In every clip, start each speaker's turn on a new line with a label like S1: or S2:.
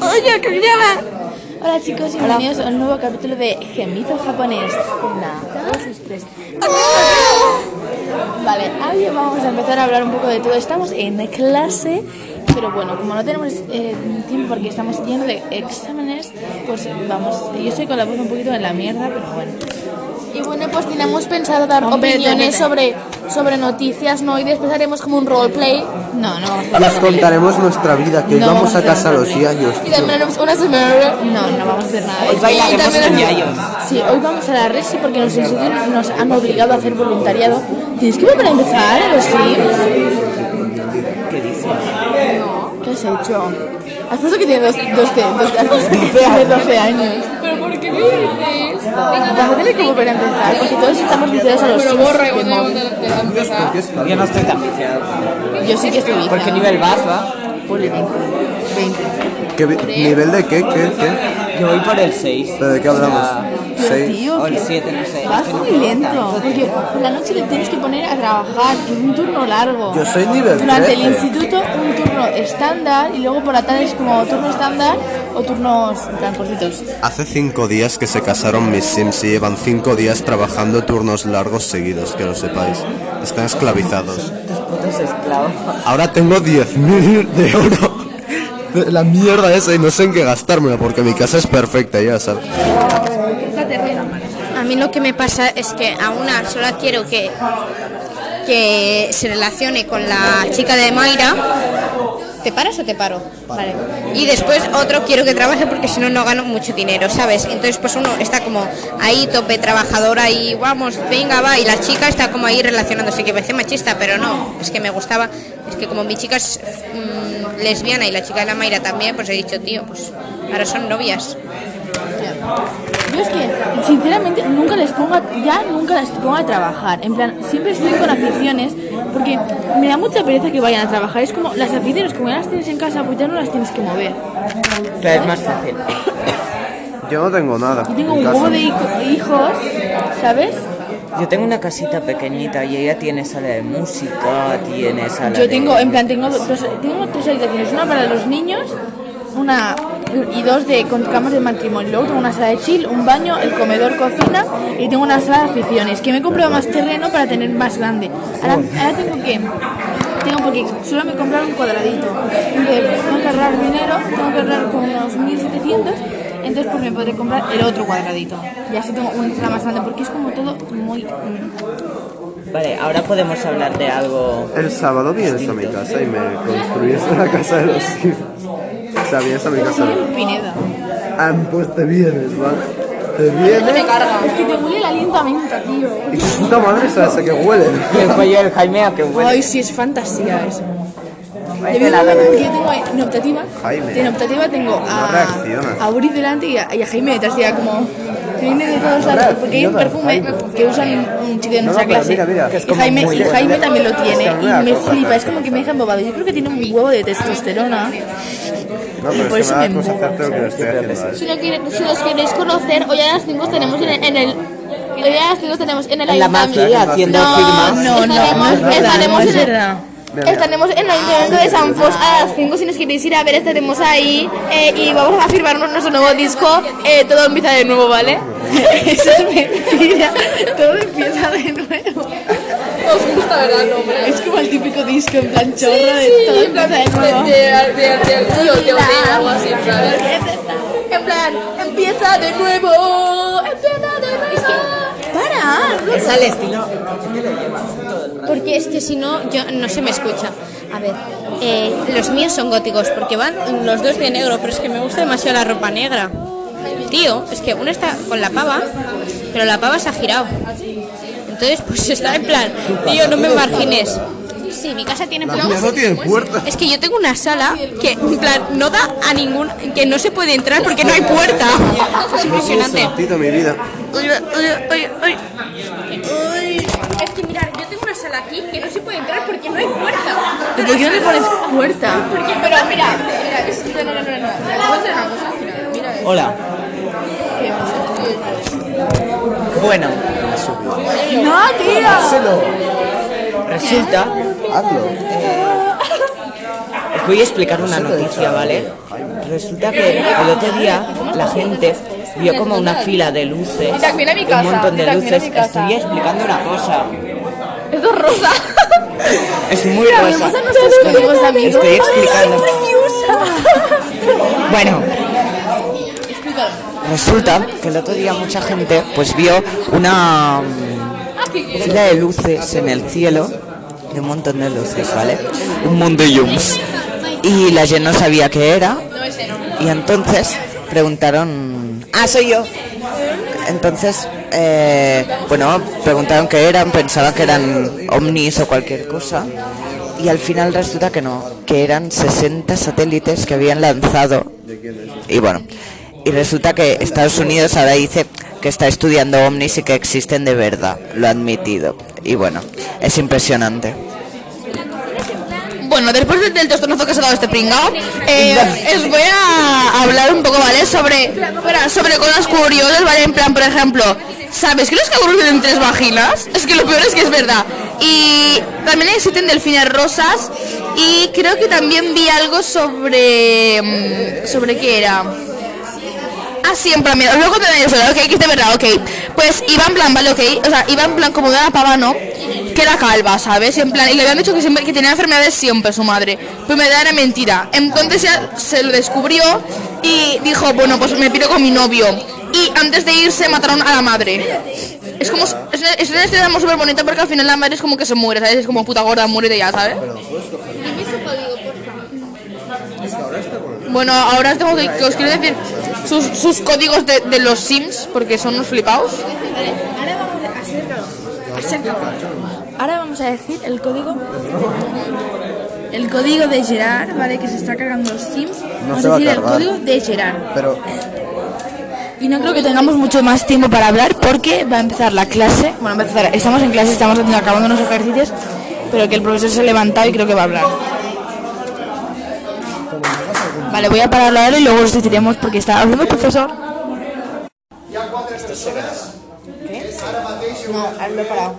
S1: Oye, ¿qué llama?
S2: Hola chicos, bienvenidos a un nuevo capítulo de Gemido japonés. Una, dos y tres. Vale, ahora vamos a empezar a hablar un poco de todo. Estamos en clase, pero bueno, como no tenemos eh, tiempo porque estamos llenos de exámenes, pues vamos. Yo estoy con la voz un poquito en la mierda, pero bueno.
S1: Y bueno, pues teníamos pensado dar
S2: Hombre,
S1: opiniones
S2: vete.
S1: sobre, sobre noticias, ¿no? Y después haremos como un roleplay.
S2: No, no vamos a
S3: Les
S2: hacer nada.
S3: contaremos nuestra vida, que hoy
S2: No vamos
S3: vamos
S2: a
S3: a casa a
S2: hacer
S3: los
S2: nada.
S3: yayos.
S1: Y
S3: tío.
S1: también haremos una semana.
S2: No, no vamos a hacer nada.
S4: Hoy bailaremos
S1: también-
S4: con yayos.
S2: Sí, hoy vamos a la red sí, porque nuestros instituciones nos han obligado a hacer voluntariado. ¿Tienes que volver a empezar los Sims?
S4: ¿Qué dices?
S2: ¿Qué has hecho? Has puesto que tiene dos, dos, te- dos, dos- tiene 12 años.
S1: ¿Pero por qué me dices?
S2: Vas a tener que volver a empezar porque todos estamos viciados a los Sims de móvil.
S4: Yo no estoy tan viciado.
S2: Yo sí que estoy
S4: ¿Por
S2: viciada.
S4: qué nivel vas, va?
S2: Ponle 20. 20.
S3: ¿Qué vi- ¿Nivel de qué? ¿Qué? ¿Qué?
S4: Yo voy por el 6.
S3: ¿Pero de qué hablamos? ¿Seis?
S2: Tío,
S4: o el
S2: que
S4: 7, no sé.
S2: vas
S4: Es que no
S2: muy
S4: me
S2: lento.
S4: gusta.
S2: Porque la noche te tienes que poner a trabajar en un turno largo.
S3: Yo soy nivel
S2: Durante el
S3: 13.
S2: instituto un turno estándar y luego por la tarde es como turno estándar o turnos tan cortitos.
S3: Hace cinco días que se casaron mis sims y llevan cinco días trabajando turnos largos seguidos, que lo sepáis. Están esclavizados.
S4: Estos putos esclavos.
S3: Ahora tengo 10.000 de oro. De La mierda esa y no sé en qué gastármelo porque mi casa es perfecta, ya sabes.
S5: A mí lo que me pasa es que a una sola quiero que, que se relacione con la chica de Mayra. ¿Te paras o te paro? Vale. Y después otro quiero que trabaje porque si no, no gano mucho dinero, ¿sabes? Entonces, pues uno está como ahí, tope trabajadora y vamos, venga, va. Y la chica está como ahí relacionándose, que parece machista, pero no. Es que me gustaba, es que como mi chica es mm, lesbiana y la chica de la Mayra también, pues he dicho, tío, pues ahora son novias.
S2: Yo es que, sinceramente, nunca les pongo, a- ya nunca las pongo a trabajar. En plan, siempre estoy con aficiones porque me da mucha pereza que vayan a trabajar. Es como, las aficiones, como ya las tienes en casa, pues ya no las tienes que mover.
S4: Pero es más fácil.
S3: Yo no tengo nada.
S2: Y tengo un huevo de hijo- hijos, ¿sabes?
S4: Yo tengo una casita pequeñita y ella tiene sala de música, tiene sala
S2: Yo
S4: de-
S2: tengo, en plan, tengo dos, tengo tres habitaciones, una para los niños, una y dos de con camas de matrimonio. Luego tengo una sala de chill, un baño, el comedor, cocina y tengo una sala de aficiones, que me he comprado más terreno para tener más grande. Ahora, ahora tengo que tengo porque solo me compraron un cuadradito. Entonces, tengo que ahorrar dinero, tengo que ahorrar como unos 1700, entonces pues me podré comprar el otro cuadradito. Y así tengo una sala más grande porque es como todo muy mm,
S4: Vale, ahora podemos hablar de algo.
S3: El sábado vienes a mi casa y me construyes la casa de los sims. O sea, vienes a mi casa.
S2: Pineda.
S3: Ah, pues te vienes, ¿vale? Te vienes.
S2: Es que te huele el aliento a menta, tío. eh.
S3: ¿Y qué puta madre es esa que huele?
S4: Y el cuello del Jaime a que huele.
S2: Ay, sí, es fantasía eso. Yo,
S4: Es de la
S2: mismo,
S4: gana.
S2: yo tengo en optativa,
S3: Jaime.
S2: en optativa tengo a,
S3: reaccionas.
S2: a Uri delante y a, y a Jaime detrás, ya como te viene de todos lados, porque hay un perfume que usa un, un chico de
S3: No, no,
S2: nuestra
S3: pero
S2: clase.
S3: mira, mira.
S2: Y Jaime, y Jaime también lo tiene
S3: Es que
S2: y me
S3: una cosa,
S2: flipa, es
S3: una
S2: como que
S3: cosa.
S2: me deja embobado. Yo creo que tiene un huevo de testosterona.
S3: No, pero
S2: Por
S3: es
S2: eso
S3: que me
S2: me
S3: da cosa
S2: embobo,
S3: hacerte lo que le estoy haciendo. a él.
S1: Si, lo quiere- si los queréis conocer, hoy a las 5 tenemos en el... En el hoy a las 5 tenemos en el
S4: En la
S1: ayuntamiento.
S4: magia haciendo
S1: No,
S4: firmas.
S1: no, Estaremos-
S2: es verdad,
S1: estaremos
S2: es
S1: en el-
S2: verdad.
S3: Mira, mira.
S1: Estaremos en el ayuntamiento de San Fos a las 5 si nos queréis ir a ver, estaremos ahí eh, y vamos a firmarnos nuestro nuevo disco. Eh, todo empieza de nuevo, ¿vale?
S2: Eso es mentira. Todo empieza de nuevo.
S1: Os gusta, ¿verdad? No,
S2: Es como el típico disco en plan chorro de todo empieza de nuevo.
S1: En plan, empieza de nuevo, empieza de nuevo. para.
S4: Es al estilo.
S5: Porque es que si no, yo no se me escucha. A ver, eh, los míos son góticos porque van los dos de negro, pero es que me gusta demasiado la ropa negra. Tío, es que uno está con la pava, pero la pava se ha girado. Entonces, pues está en plan, tío, no me margines. Sí, mi casa tiene
S3: La mía no tiene puerta.
S5: Es que yo tengo una sala que, en plan, no da a ningún. que no se puede entrar porque no hay puerta. Es impresionante.
S3: Tito, mi vida.
S5: Oye, oye, oye, oye. Es que mirad, yo tengo una sala aquí que no se puede entrar porque no hay puerta.
S2: ¿Pero por qué no le pones puerta?
S5: Porque, pero mira, mira, es- no, no, no, no, no. Mira, voy a hacer una cosa, mira, mira.
S4: Hola. Bueno,
S2: No, tío.
S4: resulta.
S3: Hazlo.
S4: Es voy a explicar una noticia, ¿vale? Resulta que el otro día la gente vio como una fila de luces,
S5: Isaac, viene a mi casa,
S4: un montón de
S5: Isaac, viene a
S4: luces.
S5: mi casa.
S4: Estoy explicando una cosa.
S5: Esto es rosa.
S4: Es muy rosa.
S2: Amigos, amigos.
S4: Estoy explicando. Bueno, resulta que el otro día mucha gente pues vio
S5: Ah,
S4: una mm, fila de luces en el cielo, de un montón de luces, ¿vale? Un mundo yums. Y la gente no sabía qué era. Y entonces preguntaron, ah, soy yo. Entonces, eh, bueno, preguntaron qué eran, pensaban que eran ovnis o cualquier cosa. Y al final resulta que no, que eran 60 satélites que habían lanzado. Y bueno, y resulta que Estados Unidos ahora dice que está estudiando ovnis y que existen de verdad, lo ha admitido. Y bueno, es impresionante.
S5: Bueno, después de- del destrozo que se ha dado este pringao, eh, os voy a hablar un poco, ¿vale? Sobre, espera, sobre cosas curiosas, ¿vale? En plan, por ejemplo, ¿sabes que los canguros tienen tres vaginas? Es que lo peor es que es verdad. Y también existen delfines rosas y creo que también vi algo sobre... mm, ¿Sobre qué era? Ah, sí, en plan, mira, os lo contaré yo sola, ok, que es de verdad, ok. Pues iba en plan, vale, ok, o sea, iba en plan como de una pava, ¿no? Que era calva, ¿sabes? Y en plan, y le habían dicho que siempre que tenía enfermedades siempre su madre. Pues me da era mentira. Entonces ya se lo descubrió y dijo, bueno, pues me pido con mi novio. Y antes de irse mataron a la madre. Es como, es una, es una historia de amor súper bonita porque al final la madre es como que se muere, ¿sabes? Es como puta gorda, muérete ya, ¿sabes? Bueno, ahora os tengo que, que os quiero decir sus, sus códigos de, de los Sims, porque son unos flipados.
S2: Ahora vamos a acércalo. Acércalo. Ahora vamos a decir el código. El código de Gerard, ¿vale? Que se está cargando los Sims. vamos
S3: se
S2: a
S3: va a
S2: decir el
S3: cargar.
S2: código de Gerard.
S3: Pero
S2: Y no creo que tengamos mucho más tiempo para hablar porque va a empezar la clase. Bueno, va a empezar, estamos en clase, estamos haciendo- acabando unos ejercicios, pero que el profesor se ha levantado y creo que va a hablar. Vale, voy a pararlo ahora y luego os decidiremos porque está hablando el profesor. ¿Qué? No, hazlo parado.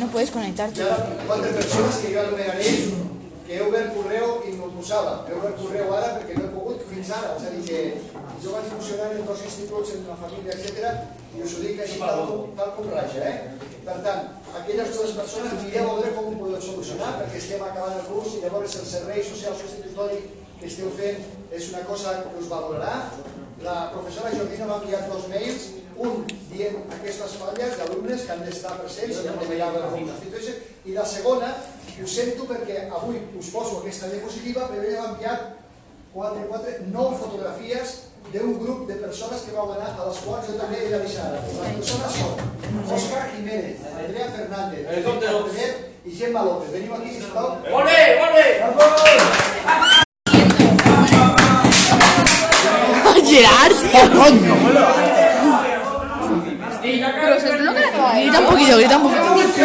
S2: No puedes conectarte.
S6: quatre persones que jo anomenaré que heu obert correu i no ho posava. Heu obert correu ara perquè no he pogut fins ara. És a dir, que jo vaig funcionar en dos instituts, en la família, etc. i us ho dic així tal com, tal com raja, eh? Per tant, aquelles dues persones mireu a veure com ho podeu solucionar perquè estem acabant el curs i llavors el servei social substitutori que esteu fent és una cosa que us valorarà. La professora Joaquina m'ha enviat dos mails, un dient aquestes falles d'alumnes que han d'estar presents i han de mirar la forma constitució, i la segona, ho sento perquè avui us poso aquesta diapositiva, però ella m'ha enviat 4, 4, 9 fotografies d'un grup de persones que vau anar a les quals jo també he d'avisar. Les persones són Òscar Jiménez, Andrea Fernández, Enrique Alcocer i Gemma López. Veniu aquí, sisplau.
S2: Grita un poquito, grita un poquito.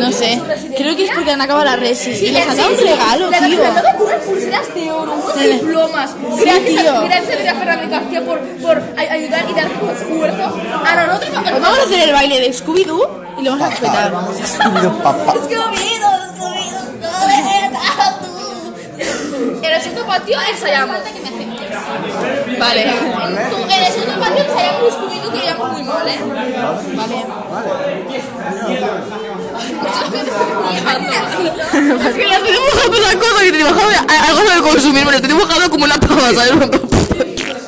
S2: No sé, creo que es porque han acabado la resi. y les han dado un regalo, tío.
S5: pulseras de oro, unos
S2: Sí.
S5: diplomas.
S2: Sí,
S5: gracias,
S2: tío.
S5: a, gracias a Fernández García por, por ay- ayudar y dar tu esfuerzo. Ahora nosotros no
S2: Pues vamos a hacer el baile de Scooby-Doo y lo vamos a petar.
S5: En el segundo patio ensayamos. Vale. Tú, en el segundo patio ensayamos Scooby-Doo que lo llamo muy mal, ¿eh? Vale. Es que las he dibujado una cosa que te he dibujado algo sobre consumir, pero te he dibujado como una pava, ¿sabes?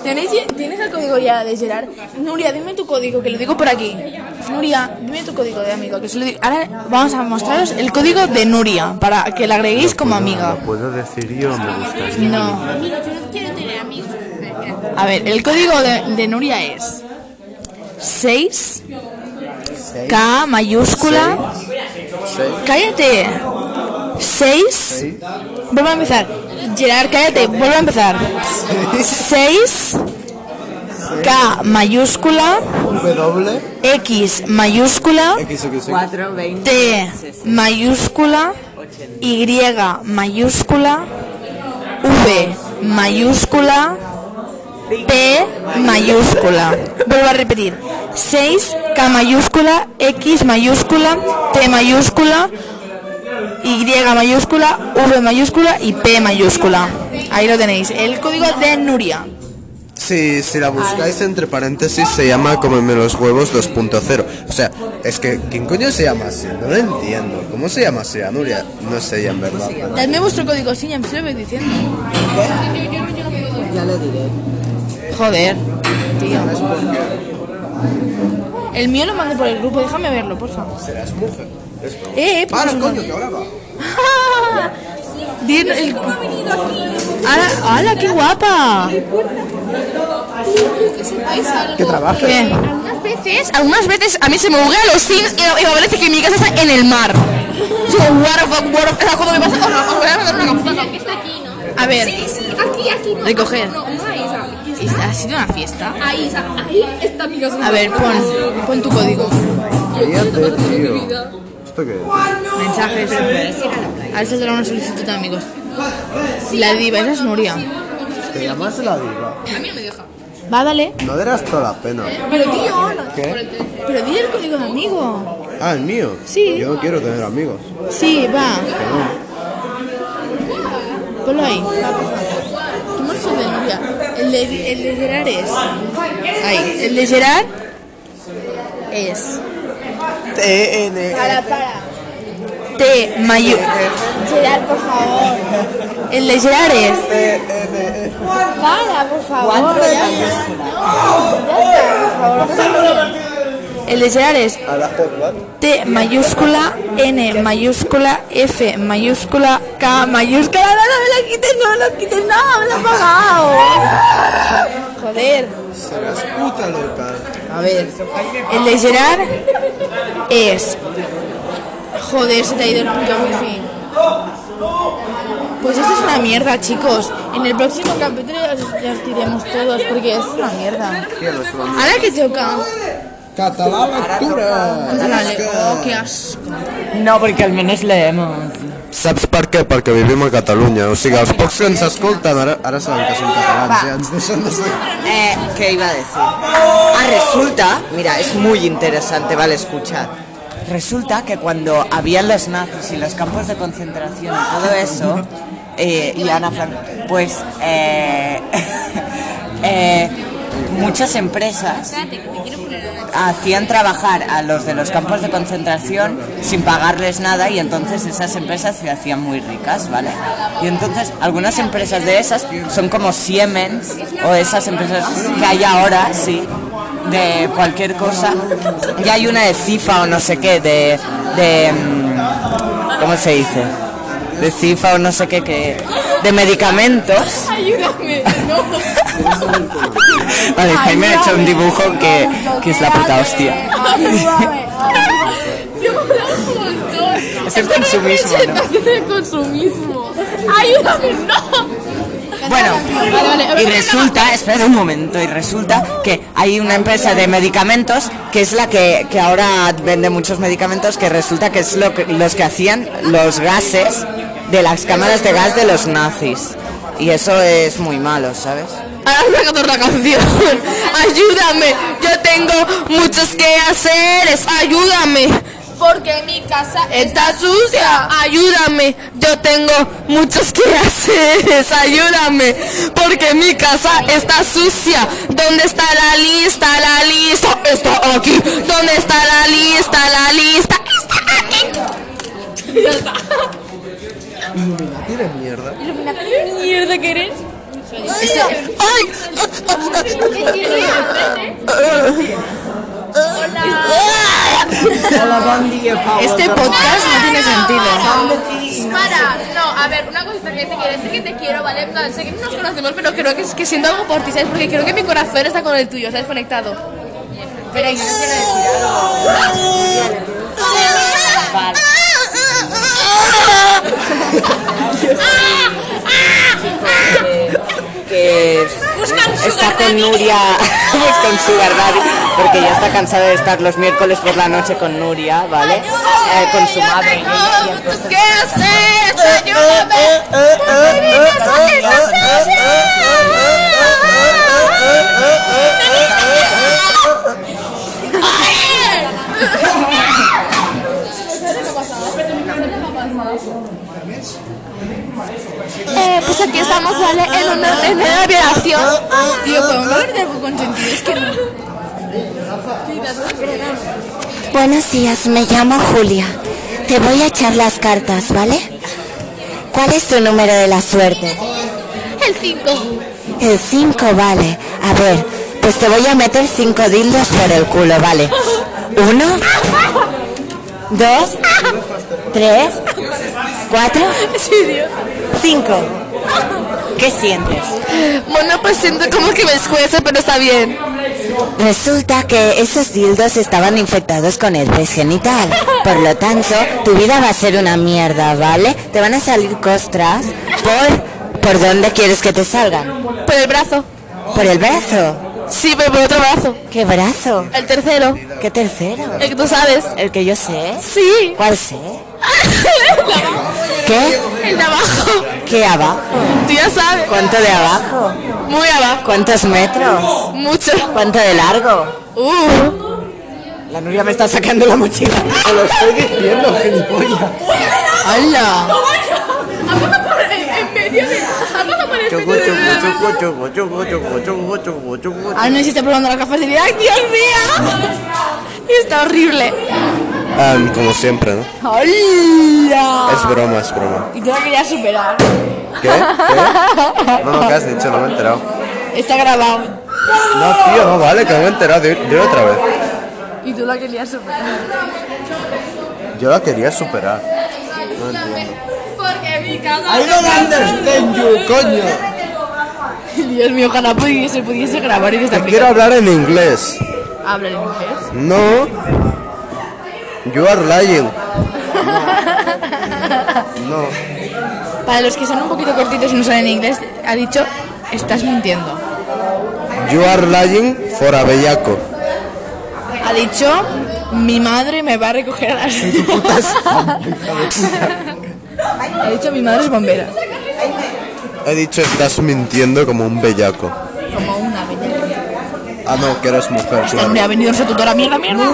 S2: ¿Tenéis, ¿Tienes el código ya de Gerard? Nuria, dime tu código, que lo digo por aquí. Nuria, dime tu código de amigo, que se lo digo. Ahora vamos a mostraros el código de Nuria, para que la agreguéis como amiga.
S3: Ah, puedo decir yo, me gustaría.
S2: No. A ver, el código de, de Nuria es 6 K mayúscula. Cállate. 6. Vuelvo a empezar. Gerard, cállate. Vuelvo a empezar. 6 K mayúscula.
S6: W.
S2: X mayúscula.
S3: X, X, X.
S4: 4, 20,
S2: T mayúscula, Y mayúscula, V mayúscula,
S7: B mayúscula. Vuelvo a repetir. 6, K mayúscula, X mayúscula, T mayúscula, Y mayúscula, V mayúscula y P mayúscula. Ahí lo tenéis. El código de Nuria.
S3: Sí, si la buscáis entre paréntesis se llama Cómeme los huevos 2.0. O sea, es que ¿quién coño se llama así? No lo entiendo. ¿Cómo se llama así, Nuria? No sé ya en verdad.
S2: Dadme vuestro código SIN, ya me estoy diciendo.
S7: Joder.
S2: El mío lo mandé por el grupo, déjame verlo, por favor.
S3: Serás mujer. Es broma.
S2: Eh, eh, pues
S3: Para,
S2: no.
S3: Ah, coño, que ahora va.
S2: Dino, el... ¡Hala, hala, qué guapa!
S3: Que trabaje.
S1: Algunas veces, algunas veces a mí se me buguea los sims y, y me parece que mi casa está en el mar. Yo, what the fuck, what the fuck. O sea, cuando me pasa,
S8: Oh,
S1: os la- os voy a mandar una captura.
S8: Está aquí, ¿no?
S2: A ver,
S8: Sí, sí, aquí, aquí. No,
S2: Recoger.
S8: No, no, ahí está.
S2: ¿ha sido una fiesta?
S8: Ahí está. Ahí está mi casa.
S2: A ver, pon, pon tu código.
S3: Cállate, tío. ¿Esto qué es?
S2: Mensajes. Ahora saldrá una solicitud de amigos. La diva, esa es Nuria.
S3: Te llamas la diva.
S2: Va, dale.
S3: No darás toda la pena.
S2: Pero tío, no-
S3: ¿Qué?
S2: pero di el código de amigo.
S3: Ah, el mío.
S2: Sí.
S3: Yo no quiero tener amigos.
S2: Sí, va.
S3: Que no.
S2: Ponlo ahí. Va, por favor. ¿Qué más fue de Nuria? El de, el de Gerard es. Ahí, el de Gerard es. Para, para.
S7: T mayu-
S2: Gerard, por favor.
S7: El de Gerard es
S2: Para, por favor. Ya, está, por favor.
S7: El de Gerard es
S3: A la Hogwarts.
S7: T mayúscula, N mayúscula, F mayúscula, K mayúscula. No, no me lo quites, no me lo quites, no, me lo he pagado. Joder.
S3: Serás puta loca.
S7: A ver. El de Gerard es.
S2: Joder, se te ha ido el puto wifi. Pues esto es una mierda, chicos. En el próximo capítulo ya os, ya os diremos todos porque es una mierda. Ahora que toca.
S3: Catalá lectura.
S2: Oh, qué asco.
S4: No, porque almenys leemos.
S3: Saps per què? Perquè vivim a Catalunya. O sigui, els pocs que ens escolten ara, ara saben que són catalans. Ja ens deixen de ser...
S4: Eh, ¿Qué iba a decir? Ah, resulta, mira, es muy interesante, vale, escuchar. Resulta que cuando habían los nazis y los campos de concentración y todo eso, eh, y Ana Frank, pues eh, eh, muchas empresas hacían trabajar a los de los campos de concentración sin pagarles nada y entonces esas empresas se hacían muy ricas, ¿vale? Y entonces algunas empresas de esas son como Siemens o esas empresas que hay ahora, sí, de cualquier cosa. Ya hay una de FIFA o no sé qué, de... de mm, ¿Cómo se dice? De FIFA o no sé qué, que... De medicamentos.
S2: Ayúdame.
S4: Vale, Jaime ha hecho un dibujo que, que es la puta hostia. Es el consumismo, ¿no?
S2: consumismo. Ayúdame, no.
S4: Bueno,
S2: vale, vale.
S4: y resulta, espera un momento, y resulta que hay una empresa de medicamentos que es la que, que ahora vende muchos medicamentos que resulta que es lo que- los que hacían los gases de las cámaras de gas de los nazis. Y eso es muy malo, ¿sabes?
S1: Ahora me sacado otra canción. Ayúdame, yo tengo muchos que hacer. Ayúdame.
S8: Porque mi casa
S1: Está sucia. Ayúdame, yo tengo muchos que hacer. Ayúdame, porque mi casa está sucia. ¿Dónde está la lista? La lista está aquí. ¿Dónde está la lista? La lista está aquí.
S3: Tira mierda.
S2: ¿Qué mierda que eres?
S1: ¡Ay!
S7: Este podcast no tiene
S1: Ah,
S7: sentido.
S8: Para, no, a ver, una cosita que te quiero decir que te quiero, ¿vale? En plan, sé que no nos conocemos, pero creo que es que siento algo por ti, ¿sabes? Porque creo que mi corazón está con el tuyo, ¿sabes? Conectado. Pero yo no quiero decir
S4: Que está con Nuria, pues con Sugar Daddy, porque ya está cansada de estar los miércoles por la noche con Nuria, ¿vale? Eh, con su madre.
S8: ¿Qué haces? Ayúdame. Porque mi casa está sucia.
S9: Eh, pues aquí estamos, ¿vale? En una, en una violación.
S2: Tío, podemos hablar de algo consentido. Es que no.
S10: Buenos días, me llamo Julia. Te voy a echar las cartas, ¿vale? ¿Cuál es tu número de la suerte?
S9: El 5.
S10: El 5, vale. A ver, pues te voy a meter 5 dildos por el culo, ¿vale? Uno, dos, tres, cuatro, cinco. ¿Qué sientes?
S1: Bueno, pues siento como que me escuece, pero está bien.
S10: Resulta que esos dildos estaban infectados con herpes genital. Por lo tanto, tu vida va a ser una mierda, ¿vale? Te van a salir costras por... ¿Por dónde quieres que te salgan?
S1: Por el brazo.
S10: ¿Por el brazo?
S1: Sí, pero por otro brazo.
S10: ¿Qué brazo?
S1: El tercero.
S10: ¿Qué tercero?
S1: El que tú sabes.
S10: ¿El que yo sé?
S1: Sí.
S10: ¿Cuál sé? ¿Qué?
S1: El de abajo.
S10: ¿Qué abajo?
S1: Tú ya sabes.
S10: ¿Cuánto de abajo?
S1: Muy abajo.
S10: ¿Cuántos metros?
S1: Mucho.
S10: ¿Cuánto de largo?
S1: Uh.
S4: La Nuria me está sacando la mochila.
S3: Te lo estoy diciendo, gilipollas.
S4: ¡Hala!
S3: Choco, choco, choco, choco, choco, choco, choco, choco,
S1: Ah,
S3: choco.
S2: Aún no se está probando la cafetería. ¡Ay, Dios mío! Está horrible.
S3: Ah, como siempre, ¿no?
S2: ¡Hola!
S3: Es broma, es broma.
S2: Y tengo que ya superar.
S3: ¿Qué? ¿Qué? No, no, ¿qué has dicho? No me he enterado.
S2: Está grabado.
S3: No, tío, no vale, que no me he enterado. Dilo dilo otra vez.
S2: Y tú la querías superar.
S3: Yo la quería superar. No entiendo.
S8: Porque mi casa.
S4: ¡I don't understand you, coño!
S2: Dios mío, ojalá pudiese, pudiese grabar en esta
S3: Te quiero hablar en inglés.
S2: ¿Hablar en inglés?
S3: No. You are lying. No. No.
S2: Para los que son un poquito cortitos y no saben inglés, ha dicho, estás mintiendo.
S3: You are lying for a bellaco.
S2: Ha dicho, mi madre me va a recoger a las... ha dicho, mi madre es bombera.
S3: He dicho estás mintiendo como un bellaco.
S2: Como una bella.
S3: Ah, no, que eres mujer,
S2: Hombre,
S3: claro.
S2: ha venido su tutora, mierda, mierda.